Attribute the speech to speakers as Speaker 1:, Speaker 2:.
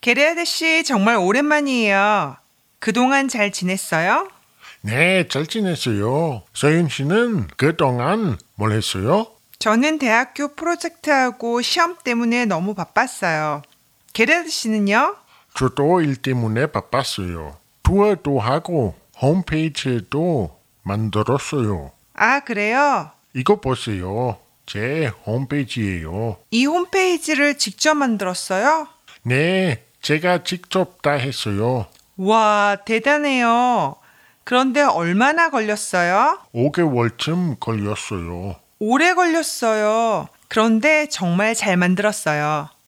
Speaker 1: 게레아드 씨 정말 오랜만이에요. 그동안 잘 지냈어요?
Speaker 2: 네, 잘 지냈어요. 서윤 씨는 그동안 뭘 했어요?
Speaker 1: 저는 대학교 프로젝트하고 시험 때문에 너무 바빴어요. 게레아드 씨는요?
Speaker 2: 저도 일 때문에 바빴어요. 투어도 하고 홈페이지도 만들었어요.
Speaker 1: 아, 그래요?
Speaker 2: 이거 보세요. 제 홈페이지예요.
Speaker 1: 이 홈페이지를 직접 만들었어요?
Speaker 2: 네, 제가 직접 다 했어요.
Speaker 1: 와, 대단해요. 그런데 얼마나 걸렸어요?
Speaker 2: 5개월쯤 걸렸어요.
Speaker 1: 오래 걸렸어요. 그런데 정말 잘 만들었어요.